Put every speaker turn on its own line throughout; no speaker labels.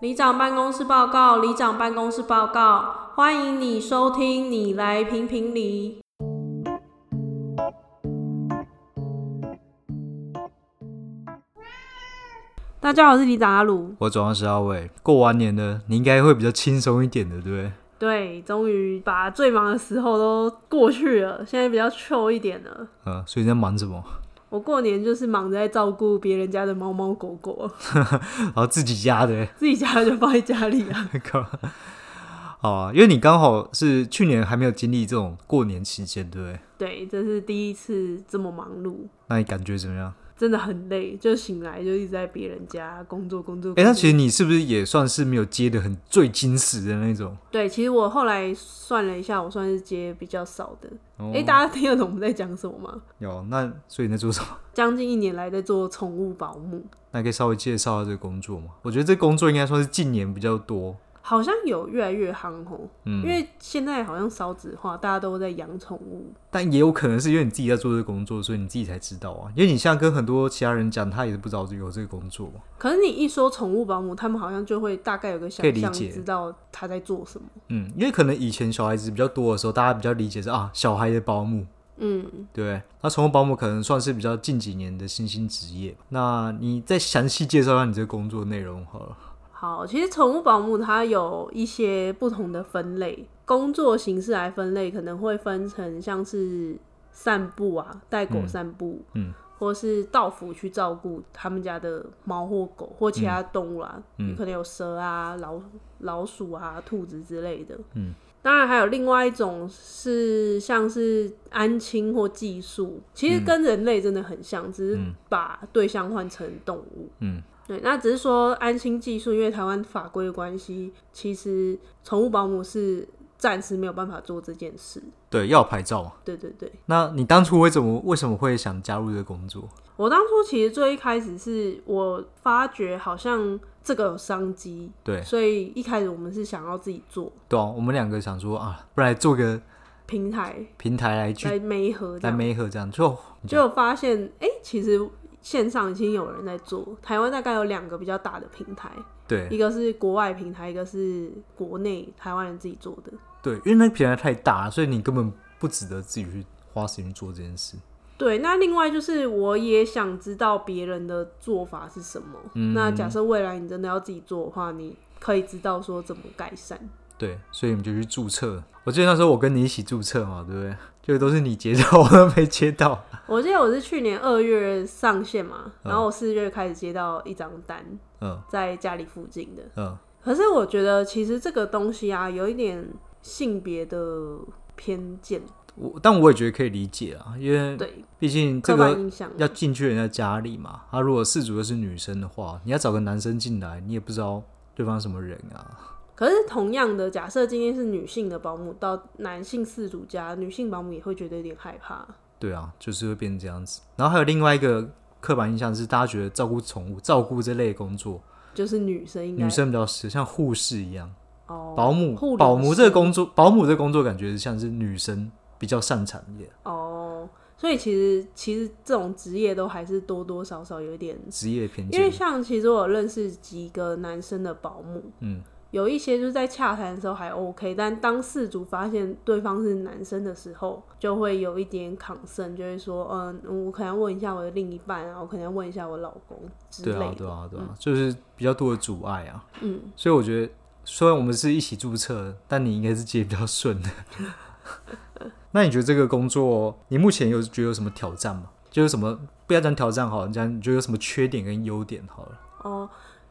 里长办公室报告，里长办公室报告，欢迎你收听，你来评评理。大家好，我是里长阿鲁。
我转换是阿伟。过完年了，你应该会比较轻松一点的，对不对？
对，终于把最忙的时候都过去了，现在比较 chill 一点了。
嗯，所以你在忙什么？
我过年就是忙着在照顾别人家的猫猫狗狗，
然后自己家的欸，
自己家的就放在家里啊。
靠！好啊，因为你刚好是去年还没有经历这种过年期间，对不对？
对，这是第一次这么忙碌，
那你感觉怎么样？
真的很累，就醒来就一直在别人家工作工作。
哎、
工
那
作
其实你是不是也算是没有接的很最矜持的那种？
对，其实我后来算了一下，我算是接比较少的。哎、
哦
大家听得懂我们在讲什么吗？
有那，所以你在做什么？
将近一年来在做宠物保姆，
那你可以稍微介绍一下这个工作吗？我觉得这工作应该算是近年比较多。
好像有越来越夯吼，
嗯
因为现在好像少子化，大家都在养宠物。
但也有可能是因为你自己在做这个工作，所以你自己才知道啊。因为你像跟很多其他人讲，他也是不知道有这个工作嘛。
可是你一说宠物保姆，他们好像就会大概有个
可
想
以理
象，
解
知道他在做什么。
嗯，因为可能以前小孩子比较多的时候，大家比较理解是啊，小孩的保姆，
嗯，
对不对？那宠物保姆可能算是比较近几年的新兴职业。那你再详细介绍一下你这个工作内容好了。
好，其实宠物保姆它有一些不同的分类，工作形式来分类，可能会分成像是散步啊，带狗散步，
嗯，
或是到府去照顾他们家的猫或狗或其他动物啊，
嗯
可能有蛇啊、老老鼠啊、兔子之类的。
嗯，
当然还有另外一种是像是安亲或寄宿，其
嗯
实跟人类真的很像，只是把对象换成动物。
嗯，
对，那只是说安心技术，因为台湾法规的关系，其实宠物保姆是暂时没有办法做这件事。
对，要有牌照嘛。
对对对，
那你当初为什么为什么会想加入这个工作？
我当初其实最一开始是我发觉好像这个有商机，
对
所以一开始我们是想要自己做
对啊，我们两个想说啊，不然来做个
平台
平台来去
来媒合这
来
样，
媒合这样，就
就发现哎、诶其实线上已经有人在做，台湾大概有两个比较大的平台，
对
一个是国外平台，一个是国内台湾人自己做的。
对，因为那个平台太大了，所以你根本不值得自己去花时间去做这件事。
对，那另外就是我也想知道别人的做法是什么。
嗯
那假设未来你真的要自己做的话，你可以知道说怎么改善。
对，所以我们就去注册。我记得那时候我跟你一起注册嘛，对不对？就都是你接到， 我都没接到。
我记得我是去年二月上线嘛，然后我四月开始接到一张单，
嗯
在家里附近的。
嗯，
可是我觉得其实这个东西啊，有一点性别的偏见，
我但我也觉得可以理解啊，因为
对
毕竟嗯这
刻板
个
印象。
要进去人家家里嘛。他、如果事主又是女生的话，你要找个男生进来，你也不知道对方什么人啊。
可是同样的，假设今天是女性的保姆到男性饲主家，女性保姆也会觉得有点害怕。
对啊，就是会变成这样子。然后还有另外一个刻板印象是，大家觉得照顾宠物、照顾这类工作，
就是女生应该
女生比较适，像护士一样。
哦，
保
护
姆
理
保姆这个
师
工作，保姆这个工作感觉像是女生比较擅长一点，
哦，所以其实其实这种职业都还是多多少少有一点，
职业偏
因为
见。
像其实我有认识几个男生的保姆，
嗯，
有一些就是在洽谈的时候还 OK，但当事主发现对方是男生的时候，就会有一点抗生，就会说，嗯，我可能要问一下我的另一半啊，我可能要问一下我老公之
对
类的，
啊，对啊，对啊，就是比较多的阻碍啊。
嗯，
所以我觉得，虽然我们是一起注册，但你应该是接比较顺 的。那你觉得这个工作，你目前有觉得有什么挑战吗？就是什么不要讲挑战好了，你讲你觉得有什么缺点跟优点好了？
哦。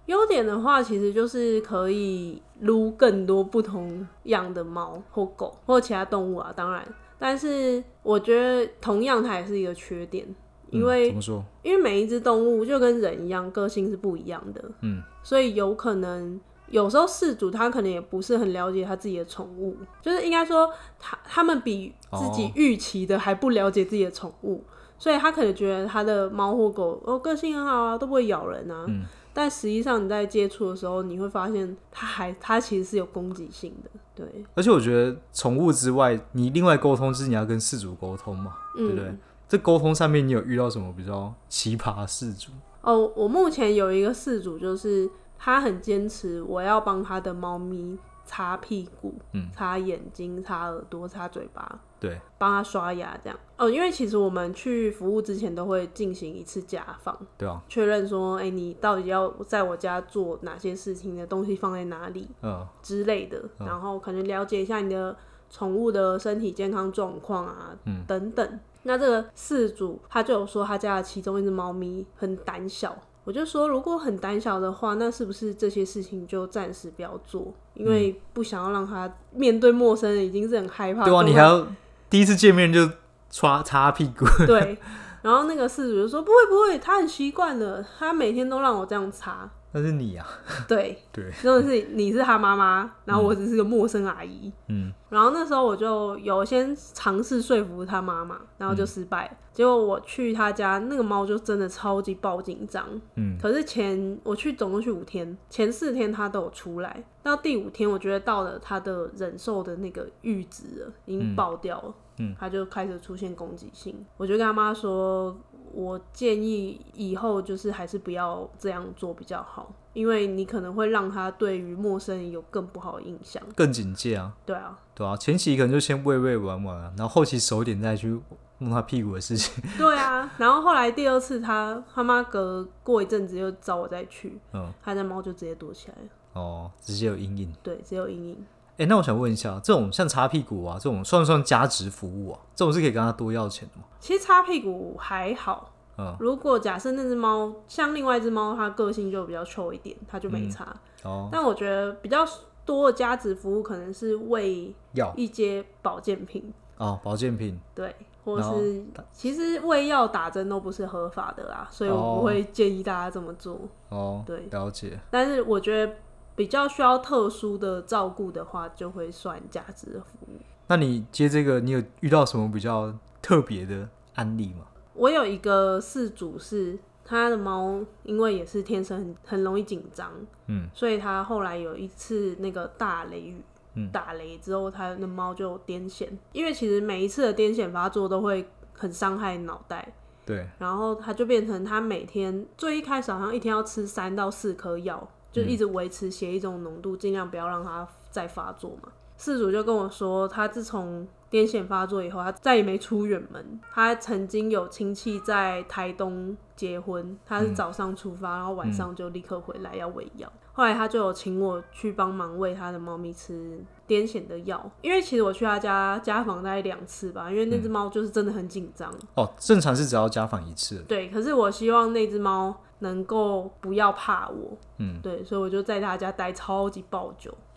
优点的话，其实就是可以撸更多不同样的猫或狗或其他动物啊，当然，但是我觉得同样它也是一个缺点，因
嗯
为、
怎么说？
因为每一只动物就跟人一样，个性是不一样的，
嗯，
所以有可能有时候饲主他可能也不是很了解他自己的宠物，就是应该说他他们比自己
哦
预期的还不了解自己的宠物，所以他可能觉得他的猫或狗哦个性很好啊，都不会咬人啊，
嗯
但实际上你在接触的时候，你会发现它还它其实是有攻击性的，对，
而且我觉得宠物之外，你另外沟通就是你要跟事主沟通嘛，对不对
嗯？
这沟通上面你有遇到什么比较奇葩的事主？
哦，我目前有一个饲主，就是他很坚持，我要帮他的猫咪擦屁股、
嗯
擦眼睛、擦耳朵、擦嘴巴，
对，
帮他刷牙这样。哦，因为其实我们去服务之前都会进行一次家访，
对啊，
确认说，哎、你到底要在我家做哪些事情，你的东西放在哪里
嗯，
之类的，然后可能了解一下你的宠物的身体健康状况啊，
嗯
等等。那这个饲主他就有说，他家的其中一只猫咪很胆小。我就说，如果很胆小的话，那是不是这些事情就暂时不要做？因
嗯
为不想要让它面对陌生人，已经是很害怕。
对啊，
就
你
会
还要第一次见面就擦擦屁股，
对，然后那个事主就说不会不会，他很习惯了，他每天都让我这样擦。
那是你啊，
对，
对，
真的是你是他妈妈，然后我只是个陌生阿姨。
嗯，
然后那时候我就有先尝试说服他妈妈，然后就失败了。结果我去他家，那个猫就真的超级爆紧张。
嗯，
可是前我去总共去五天，前四天它都有出来，到第五天我觉得到了它的忍受的那个阈值了，已经爆掉了，
嗯，
它就开始出现攻击性。我就跟他妈说，我建议以后就是还是不要这样做比较好，因为你可能会让它对于陌生人有更不好的印象。
更警戒啊，
对 啊，
对啊，前期可能就先喂喂玩玩啊，然后后期熟一点再去弄他屁股的事情，
对啊，然后后来第二次他他妈隔过一阵子又找我再去，
嗯，
他家猫就直接躲起来了，
哦，直接有阴影。
对，只有阴影。
哎、那我想问一下，这种像擦屁股啊，这种算不算加值服务啊？这种是可以跟他多要钱的吗？
其实擦屁股还好，
嗯，
如果假设那只猫像另外一只猫，它个性就比较臭一点，它就没擦。
哦，
但我觉得比较多的价值服务可能是喂
药
一些保健品，
哦，保健品，
对，或
然后
是其实喂药打针都不是合法的啦，所以我
哦
不会建议大家这么做。
哦，
对
了解，
但是我觉得比较需要特殊的照顾的话，就会算价值的服务。
那你接这个，你有遇到什么比较特别的案例吗？
我有一个饲主是他的猫，因为也是天生很很容易紧张，
嗯，
所以他后来有一次那个大雷雨。
嗯
打雷之后，他的猫就癫痫，因为其实每一次的癫痫发作都会很伤害脑袋，
对，
然后他就变成他每天最一开始好像一天要吃三到四颗药，就一直维持血液这种浓度，尽量不要让它再发作嘛。事主就跟我说，他自从癫痫发作以后，他再也没出远门。他曾经有亲戚在台东结婚，他是早上出发，然后晚上就立刻回来要喂药。后来他就有请我去帮忙喂他的猫咪吃癫痫的药，因为其实我去他家家访大概两次吧，因为那只猫就是真的很紧张。
哦，正常是只要家访一次，
对，可是我希望那只猫能够不要怕我，
嗯，
对，所以我就在他家待超级爆久。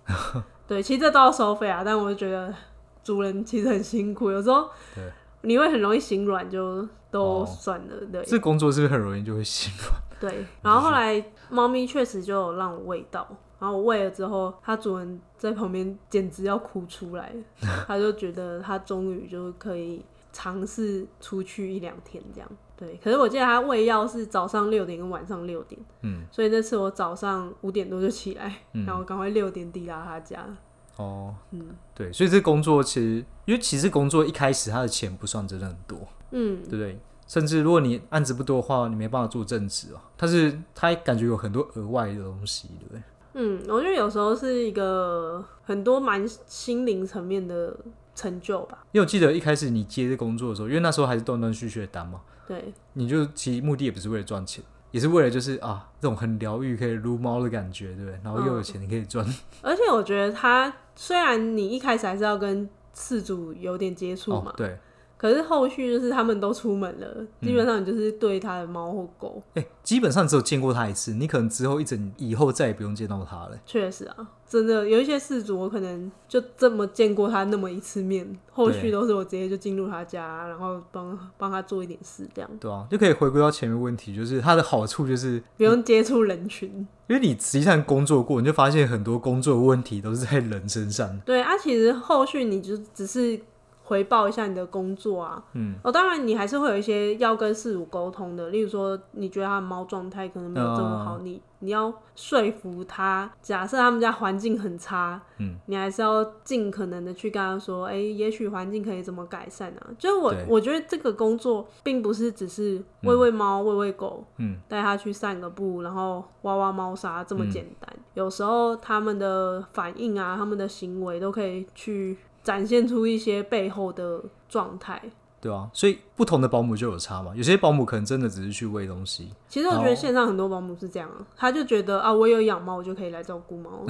对，其实这都要收费啊，但我就觉得主人其实很辛苦，有时候
对
你会很容易心软，就都
哦
算了。对
这工作是不是很容易就 会心软？
对，然后后来猫咪确实就有让我喂到，然后我喂了之后，它主人在旁边简直要哭出来了，他就觉得它终于就可以尝试出去一两天这样。对，可是我记得它喂药是早上六点跟晚上六点，
嗯，
所以那次我早上五点多就起来，
嗯
然后赶快六点抵达他家。
哦，
嗯
对，所以这工作其实，因为其实工作一开始他的钱不算真的很多，
嗯，
对不对？甚至如果你案子不多的话，你没办法做正职哦。但是他感觉有很多额外的东西，对不对？
嗯，我觉得有时候是一个很多蛮心灵层面的成就吧。
因为我记得一开始你接这工作的时候，因为那时候还是断断续续的单嘛，
对，
你就其实目的也不是为了赚钱，也是为了就是啊这种很疗愈可以撸猫的感觉，对不对？然后又
嗯
有钱可以赚，
而且我觉得他虽然你一开始还是要跟事主有点接触嘛，
哦，嗯对。
可是后续就是他们都出门了，基本上你就是对他的猫或狗，
哎、基本上只有见过他一次，你可能之后一整以后再也不用见到他了。
确实啊，真的有一些事主我可能就这么见过他那么一次面，后续
对
都是我直接就进入他家，然后帮帮他做一点事，这样
对啊，就可以回归到前面问题，就是它的好处就是，
不用接触人群。
因为你实际上工作过，你就发现很多工作问题都是在人身上。
对啊，其实后续你就只是。回报一下你的工作啊。嗯，哦，当然你还是会有一些要跟饲主沟通的，例如说你觉得它的猫状态可能没有这么好，
哦
你你要说服它。假设他们家环境很差，
嗯，
你还是要尽可能的去跟他说，哎、也许环境可以怎么改善啊。就是我
对
我觉得这个工作并不是只是喂喂猫、喂喂狗，
嗯，
带它去散个步，然后挖挖猫砂这么简单。有时候他们的反应啊，他们的行为都可以去展现出一些背后的状态。
对啊，所以不同的保姆就有差嘛。有些保姆可能真的只是去喂东西，
其实我觉
然
得
后
线上很多保姆是这样啊，他就觉得啊，我有养猫，我就可以来照顾 猫。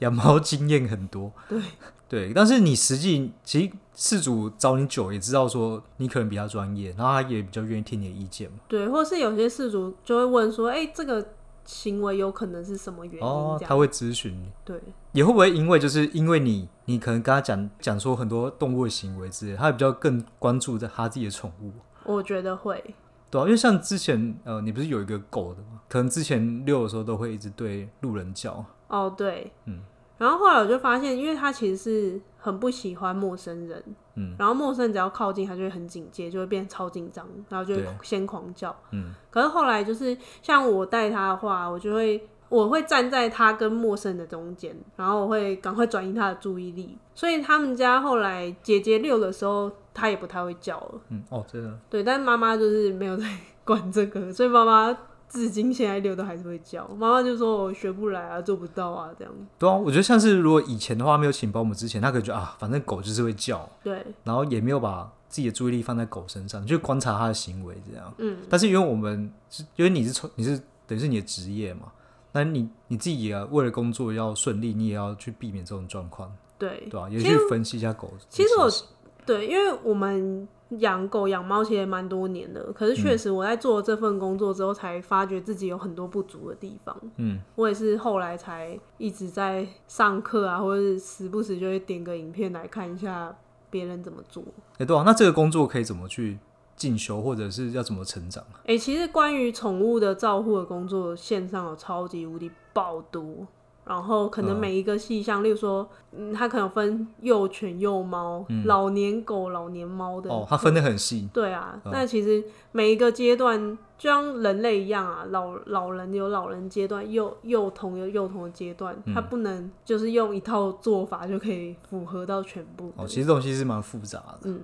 养猫经验很多。
对
对，但是你实际其实事主找你久，也知道说你可能比较专业，然后他也比较愿意听你的意见嘛。
对，或是有些事主就会问说，哎、这个行为有可能是什么原因？
哦，
这样、
他会咨询你，
对，
也会不会因为就是因为你，你可能跟他讲讲说很多动物的行为之类，他比较更关注在他自己的宠物。
我觉得会。
对啊，因为像之前呃，你不是有一个狗的吗？可能之前遛的时候都会一直对路人叫，
哦，对，
嗯。
然后后来我就发现，因为他其实是很不喜欢陌生人，
嗯，
然后陌生人只要靠近，他就会很警戒，就会变得超紧张，然后就会
对
先狂叫。
嗯，
可是后来就是像我带他的话，我就会我会站在他跟陌生人的中间，然后我会赶快转移他的注意力。所以他们家后来姐姐遛的时候，他也不太会叫了。
嗯，哦，真的，
对，但妈妈就是没有在 管这个，所以妈妈至今现在遛都还是会叫。妈妈就说我学不来啊，做不到啊，这样。
对啊，我觉得像是如果以前的话没有请保姆之前，他可能觉得啊，反正狗就是会叫，
对，
然后也没有把自己的注意力放在狗身上，就观察它的行为这样。
嗯，
但是因为我们是因为你是从你是等于是你的职业嘛，那你你自己也为了工作要顺利，你也要去避免这种状况，
对，
对吧、也
其
去分析一下狗的
其
行
实
为。
我对，因为我们养狗养猫其实也蛮多年的，可是确实我在做这份工作之后，才发觉自己有很多不足的地方。
嗯，
我也是后来才一直在上课啊，或者是时不时就会点个影片来看一下别人怎么做。
哎、对啊，那这个工作可以怎么去进修，或者是要怎么成长？
哎、其实关于宠物的照护的工作，线上有超级无敌爆多。然后可能
嗯
每一个细项，例如说，嗯，它可能有分幼犬、幼猫、老年狗、老年猫的
嗯哦，它分得很细，
对啊，
嗯
那其实每一个阶段，就像人类一样啊，老老人有老人阶段，幼幼童有幼童的阶段，
嗯
他不能就是用一套做法就可以符合到全部的。
哦，其实这东西是蛮复杂的。
嗯，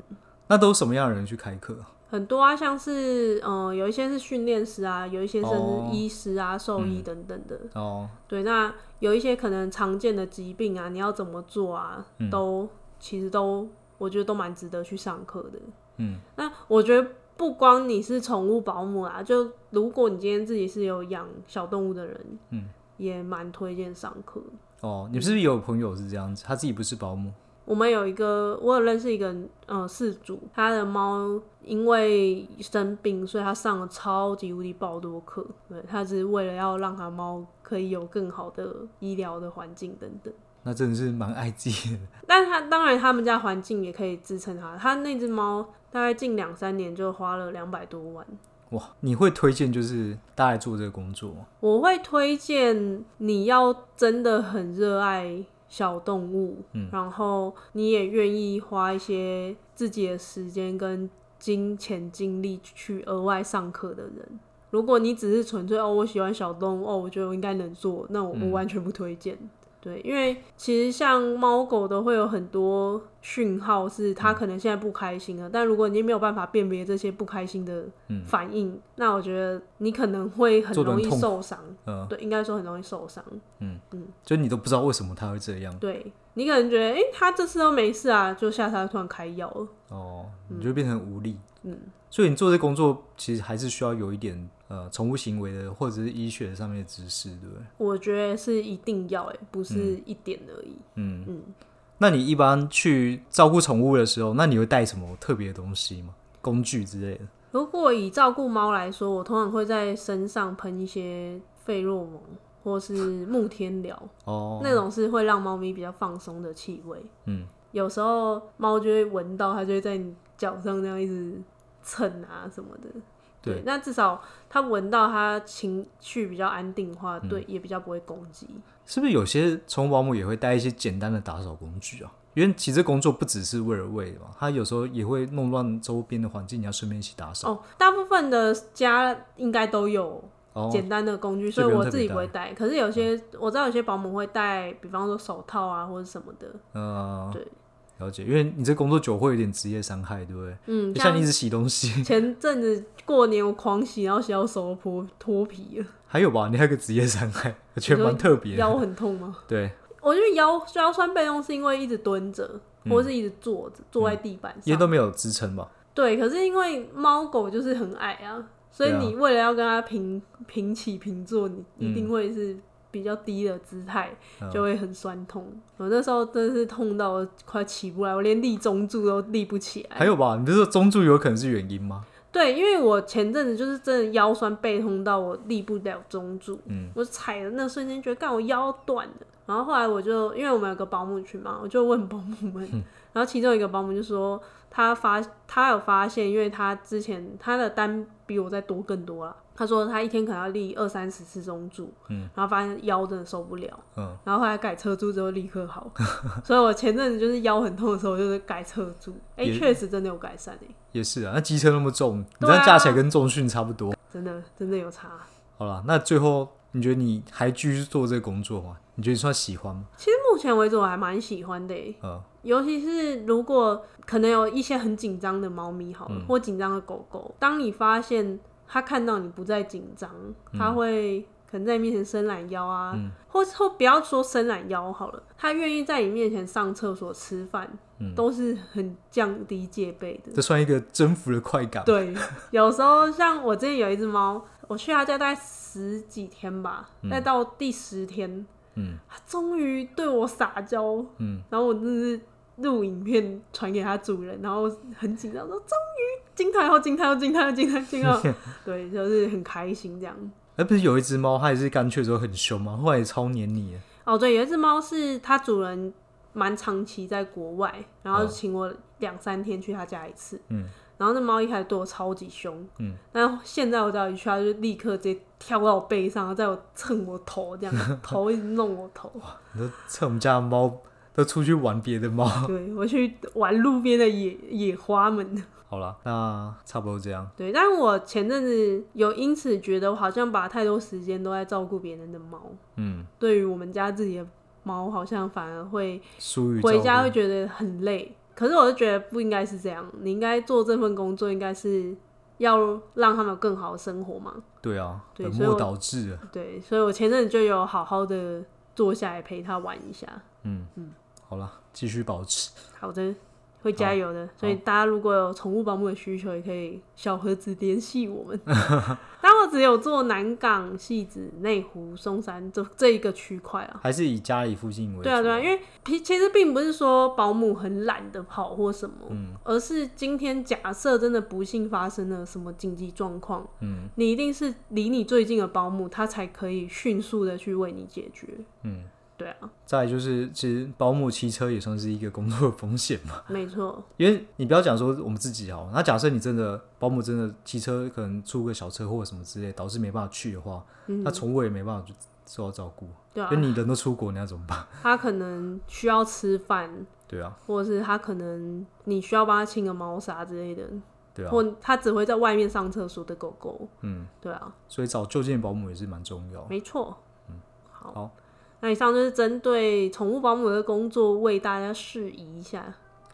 那都什么样的人去开课？
很多啊，像是嗯、呃有一些是训练师啊，有一些甚
哦嗯
至医师啊、兽医等等的。
哦，
对，那有一些可能常见的疾病啊，你要怎么做啊，
嗯
都其实都我觉得都蛮值得去上课的。
嗯，
那我觉得不光你是宠物保姆啊，就如果你今天自己是有养小动物的人，
嗯，
也蛮推荐上课。
哦，你是不是有朋友是这样子？他自己不是保姆，
我们有一个，我有认识一个，呃，饲主，他的猫因为生病，所以他上了超级无敌爆多课，对，他只是为了要让他猫可以有更好的医疗的环境等等。
那真的是蛮爱自己的。
但他当然，他们家环境也可以支撑他。他那只猫大概近两三年就花了两百多万。
哇，你会推荐就是大家来做这个工作吗？
我会推荐你要真的很热爱小动物，
嗯
然后你也愿意花一些自己的时间跟金钱精力去额外上课的人。如果你只是纯粹哦，我喜欢小动物，哦，我觉得我应该能做，那我,、
嗯
我完全不推荐。对，因为其实像猫狗都会有很多讯号，是
嗯
它可能现在不开心了，但如果你没有办法辨别这些不开心的反应，那我觉得你可能会很
嗯做得很
容易
痛苦
受伤。
嗯，
对，应该说很容易受伤。
就你都不知道为什么他会这样
对你可能觉得，诶，它这次都没事啊，就下次它突然开药了。
哦，你就变成无力。嗯，所以你做这工作其实还是需要有一点呃宠物行为的或者是医学上面的知识，对不对？
我觉得是一定要、诶，不是一点而已。
嗯
嗯
那你一般去照顾宠物的时候，那你会带什么特别的东西吗？工具之类的？
如果以照顾猫来说，我通常会在身上喷一些费洛蒙或是木天疗，
哦，
那种是会让猫咪比较放松的气味。
嗯，
有时候猫就会闻到，它就会在你脚上这样一直蹭啊什么的。
对
对，那至少它闻到，它情绪比较安定的
嗯
话，对，也比较不会攻击。
是不是有些宠物保姆也会带一些简单的打扫工具啊？因为其实工作不只是为了喂嘛，它有时候也会弄乱周边的环境，你要顺便一起打扫。
哦，大部分的家应该都有
哦，
简单的工具，
所
所以
以不用
我
特别
自己不会带。可是有些我知道有些保姆会带，比方说手套啊或者什么的。
呃，
对，
了解，因为你这工作久会有点职业伤害，对不对？
嗯，
就像你一直洗东 西，
前阵子过年我狂洗，然后洗到手脱脱皮了，
还有吧，你还有个职业伤害， 我觉得
你说
蛮特别的。
腰很痛吗？
对，
我觉得腰腰酸背痛是因为一直蹲着，或是一直坐着，坐在地板上
因嗯为。都没有支撑吧。
对，可是因为猫狗就是很矮啊，所以
对啊
你为了要跟它平平起平坐，你一定会是比较低的姿态，
嗯
就会很酸痛。我那时候真的是痛到我快起不来，我连立中柱都立不起来。
还有吧，你不是说中柱有可能是原因吗？
对，因为我前阵子就是真的腰酸背痛到我立不了中柱，
嗯
我踩的那瞬间觉得，干我腰断了。然后后来我就因为我们有个保姆群嘛，我就问保姆们，然后其中一个保姆就说，他发他有发现，因为他之前他的单比我再多更多啦。他说他一天可能要立二三十次中柱，
嗯
然后发现腰真的受不了，
嗯，
然后后来改车柱之后立刻好， 所以我前阵子就是腰很痛的时候，我就是改车柱，哎、
也
确实真的有改善哎、
也是啊。那机车那么重，你这
对啊
样架起来跟重训差不多。
真的真的有差。
好了，那最后你觉得你还继续做这个工作吗？你觉得你算喜欢吗？
其实目前为止我还蛮喜欢的耶、
嗯
尤其是如果可能有一些很紧张的猫咪好了，或紧张的狗狗，当你发现它看到你不再紧张，它会可能在你面前伸懒腰啊，或或不要说伸懒腰好了，它愿意在你面前上厕所、吃饭，都是很降低戒备的。
这算一个征服的快感。
对，有时候像我之前有一只猫，我去它家大概十几天吧，再到第十天，
嗯
它终于对我撒娇，
嗯，
然后我真的是录影片传给他主人，然后很紧张说终于惊叹号惊叹号惊叹号惊叹号惊叹号， 对，就是很开心这样。
而哎不是有一只猫，它也是刚去的时候很凶嘛，后来也超黏你的。
哦，对，有一只猫是它主人蛮长期在国外，然后请我两三天去他家一次。
嗯，
然后那猫一开始对我超级凶，
嗯，
但现在我只要一去，它就立刻直接跳到我背上，然后在我蹭我头这 样，头一直弄我头。
你说趁我们家的猫都出去玩别的猫。
对我去玩路边的野野花们。
好了，那差不多这样。
对，但我前阵子有因此觉得，我好像把太多时间都在照顾别人的猫，
嗯，
对于我们家自己的猫，好像反而会
疏于
回
照
家
顾
会觉得很累。可是我就觉得不应该是这样，你应该做这份工作，应该是要让他们有更好的生活嘛。
对啊，
对
本
所以
末
我
倒置了。
对，所以我前阵子就有好好的坐下来陪它玩一下。
嗯嗯，好了，继续 保持。
好的，会加油的。所以大家如果有宠物保姆的需求，也可以小盒子联系我们。 但我只有做南港、戏子、内湖、松山这这一个区块啊。
还是以家里附近为主。
对啊，对啊，因为其其实并不是说保姆很懒得跑或什么，
嗯
而是今天假设真的不幸发生了什么紧急状况，
嗯
你一定是离你最近的保姆，他才可以迅速的去为你解决。
嗯，
对啊，
再来就是，其实保姆骑车也算是一个工作的风险嘛。
没错，
因为你不要讲说我们自己好，那假设你真的保姆真的骑车可能出个小车祸什么之类，导致没办法去的话，那宠物也没办法受到照顾。
嗯对啊
因，为你人都出国，你要怎么办？
他可能需要吃饭，
对啊，
或者是他可能你需要帮他清个猫砂之类的，
对啊，
或他只会在外面上厕所的狗狗，
嗯，
对啊，
所以找就近的保姆也是蛮重要的。
没错。好，
嗯好
那以上就是针对宠物保姆的工作为大家示意一下，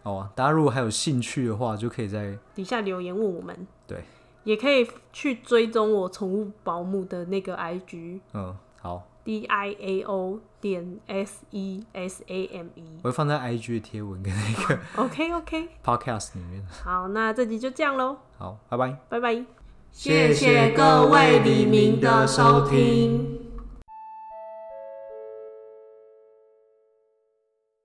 好啊，大家如果还有兴趣的话，就可以在
底下留言问我们，
对，
也可以去追踪我宠物保姆的那个 IG
嗯，好，
D I A O 点 S E S A M E
我。会放在 IG 的贴文跟那个
OK OK，
podcast 里面。
好，那这集就这样喽，
好，拜拜。
拜拜。
谢谢各位黎明的收听。